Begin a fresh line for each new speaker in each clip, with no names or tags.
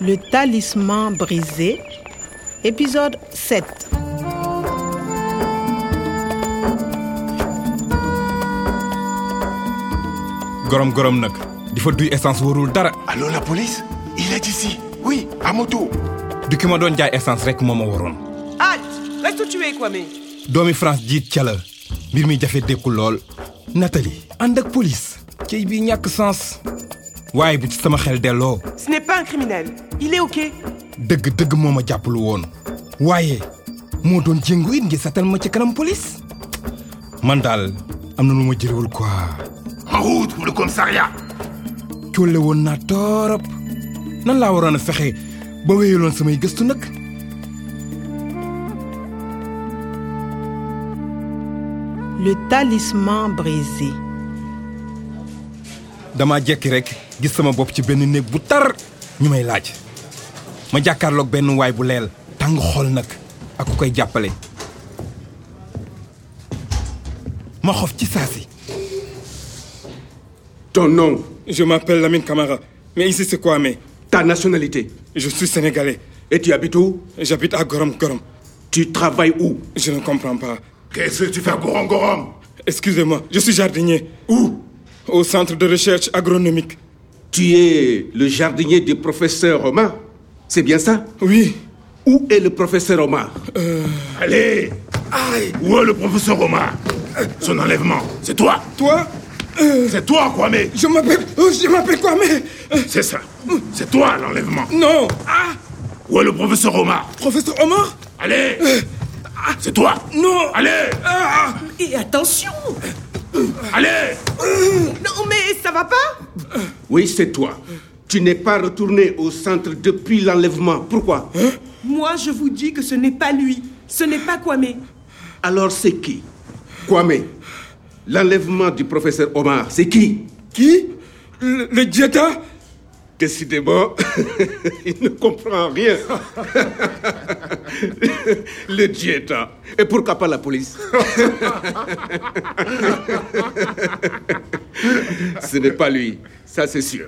Le talisman brisé, épisode 7.
gorom gorom nag di fa duy essence wóorul dara
Allô la police Il est ici Oui, à moto
du ki ma doon jaay essence rek moo ma waroon.
Halte Reste où tu es, Kwame.
doomi France jiit ca la mbir mi jafe dékku lool. Nathalie ànd ak police. cey bi ñàkk sens. waaye bu ci sama xel delloo
Ce n'est pas un criminel. Il est OK.
dëgg dëgg moo ma jàppalu woon. waaye moo doon jéngu it ngir satal ma ci kanam police. man daal am na lu ma jëriwul quoi.
En route pour le commissariat
colle woon naa torop. nan laa waroon a fexe ba wéyaloon samay gëstu nag.
Le talisman brisé.
dama jekki rek gis sama bopp ci benn néeg bu tar ñu may laaj ma jàkkaarloog benn waay bu leel tàng xol nag ak ku koy jàppale ma xof ci saa si
Ton nom,
je m'appelle Lamine Camara mais ici c'est quoi mais
ta nationalité.
je suis sénégalais
Et tu habites où
j'habite à Gorom Gorom
Tu travailles où
je ne comprends pas
Qu'est-ce que tu fais, Gorom Gorom
excusez-moi je suis jardinier
Où
au centre de recherche agronomique
Tu es le jardinier du professeur Omar. C'est bien ça
oui
Où est le professeur Omar
Allez Aïe Où est le professeur Omar Son enlèvement, c'est toi
toi
C'est toi, Kwame
je m'appelle euh, je m'appelle quoi mais
C'est ça C'est toi, l'enlèvement
non
Ah Où est le professeur Omar
professeur Omar Euh,
Allez Ah, C'est toi
non
Allez
ah
Et attention
Allez
Non, mais ça va pas
Oui, c'est toi. Tu n'es pas retourné au centre depuis l'enlèvement. Pourquoi
Moi, je vous dis que ce n'est pas lui. Ce n'est pas Kwame.
Alors c'est qui Kwame. L'enlèvement du professeur Omar, c'est qui
Qui Le, le dieta
Décidément, il ne comprend rien. le dieta. Et pourquoi pas la police Ce n'est pas lui, ça c'est sûr.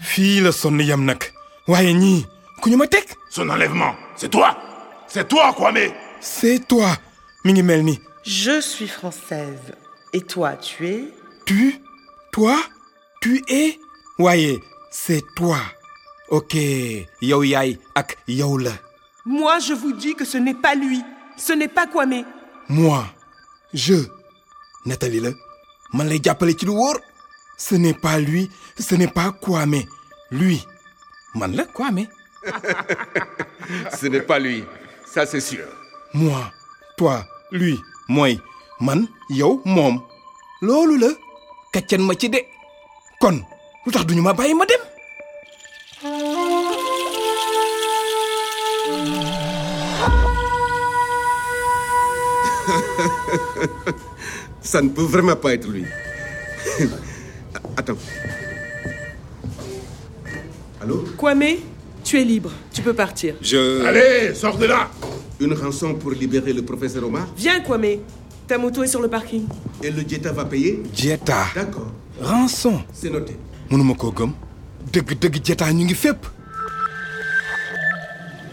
fii la sonn yam nag waaye ñii ku ñu ma teg
Son enlèvement, c'est toi C'est toi, Kwame
c'est toi mi ngi mel ni
Je suis française. Et toi, tu es
tu toi tu es waaye c'est toi ok yow yaay ak yow la
Moi, je vous dis que ce n'est pas lui. Ce n'est pas Kwame.
moi je Nathalie la man lay jàppale ci lu wóor ce n'est pas lui ce n'est pas Kwame lui man la Kwame
Ce n'est pas lui, ça c'est sûr.
moi toi lui mooy man yow moom loolu la kaccan ma ci de kon lu tax duñu ma bàyyi ma dem
Ça ne peut vraiment pas être lui. Attends. Allô
Kwame, tu es libre. Tu peux partir.
je
Allez, sors de là
Une rançon pour libérer le professeur Omar
Viens, Kwame. Ta moto est sur le parking.
et le dieta va payer
Jetta
D'accord,
rançon
c'est noté.
mënuma koo gëm dëgg dëgg Jetta ñu ngi fépp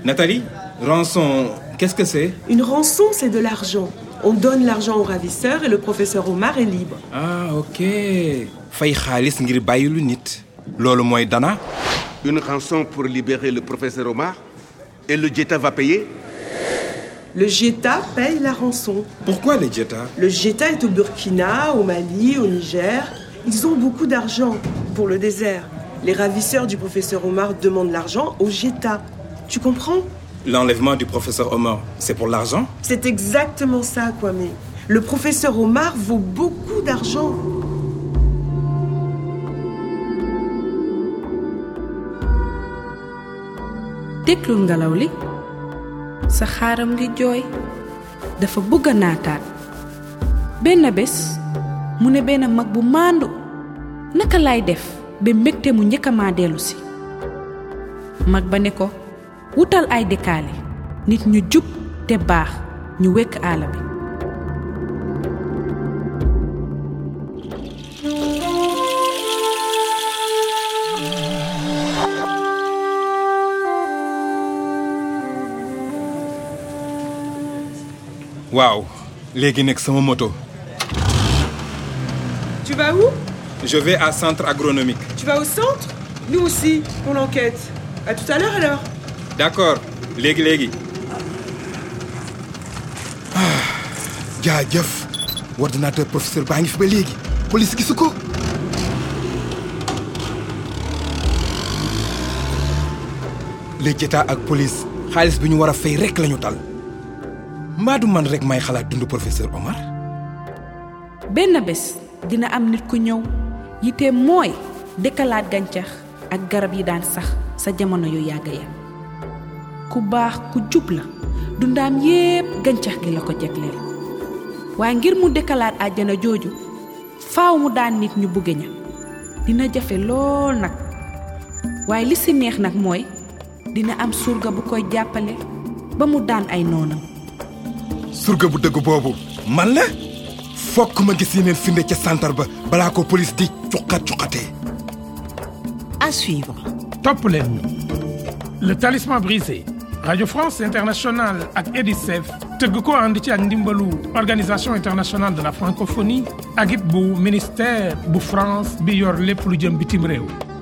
Nathalie rançon qu'est-ce que c'est
Une rançon, c'est de l'argent. On donne l'argent au ravisseur et le professeur Omar est libre.
ah ok fay xaalis ngir bàyyi lu nit loolu mooy dana
Une rançon pour libérer le professeur Omar et le dieta va payer
Le Jeta paye la rançon.
pourquoi le Jetta
Le Jeta est au Burkina, au Mali, au Niger. Ils ont beaucoup d'argent pour le désert. Les ravisseurs du professeur Omar demandent l'argent au Jeta. Tu comprends
l'enlèvement du professeur Omar c'est pour l'argent
C'est exactement ça, Kwame. Le professeur Omar vaut beaucoup d'argent.
déglul ngelaw li sa xaaram ngi jooy dafa bëgg a naataat benn bés mu ne benn mag bu màndu naka laay def ba mbégte mu njëkk maa dellu si mag ba ne ko wutal ay dëkkaale nit ñu jub te baax ñu wekk àll bi
waaw léegi nag sama moto
Tu vas où
je vais à centre agronomique
Tu vas au centre Nous aussi, pour l'enquête. À tout à l'heure alors.
d'accord léegi léegi
jaajëf ordinateur professeur baa ngi fi ba léegi police gisu ko
léegi état ak police xaalis bi ñu war a fay rek lañu tal mbaa du man rek may xalaat dund professeur Omar
benn bés dina am nit ku ñëw yite mooy dëkkalaat gàncax ak garab yi daan sax sa jamono yu yàgg ya ku baax ku jub la dundaam yépp gàncax gi la ko jagleel waaye ngir mu dëkkalaat àjjana jooju faaw mu daan nit ñu bugge ña dina jafe lool nag waaye li si neex nag mooy dina am surga bu koy jàppale ba mu daan ay noonam
surga bu dëgg boobu man la fokk ma gis yeneen firnde ca santar ba balaa ko police di cuqat cuqatee
À suivre.
Top leen ñu le talisman brisé radio france internationale ak edicef tëgg ko ànd ci ak ndimbalu organisation internationale de la francophonie ak it bu ministère bu france bi yor lépp lu jëm bitim réew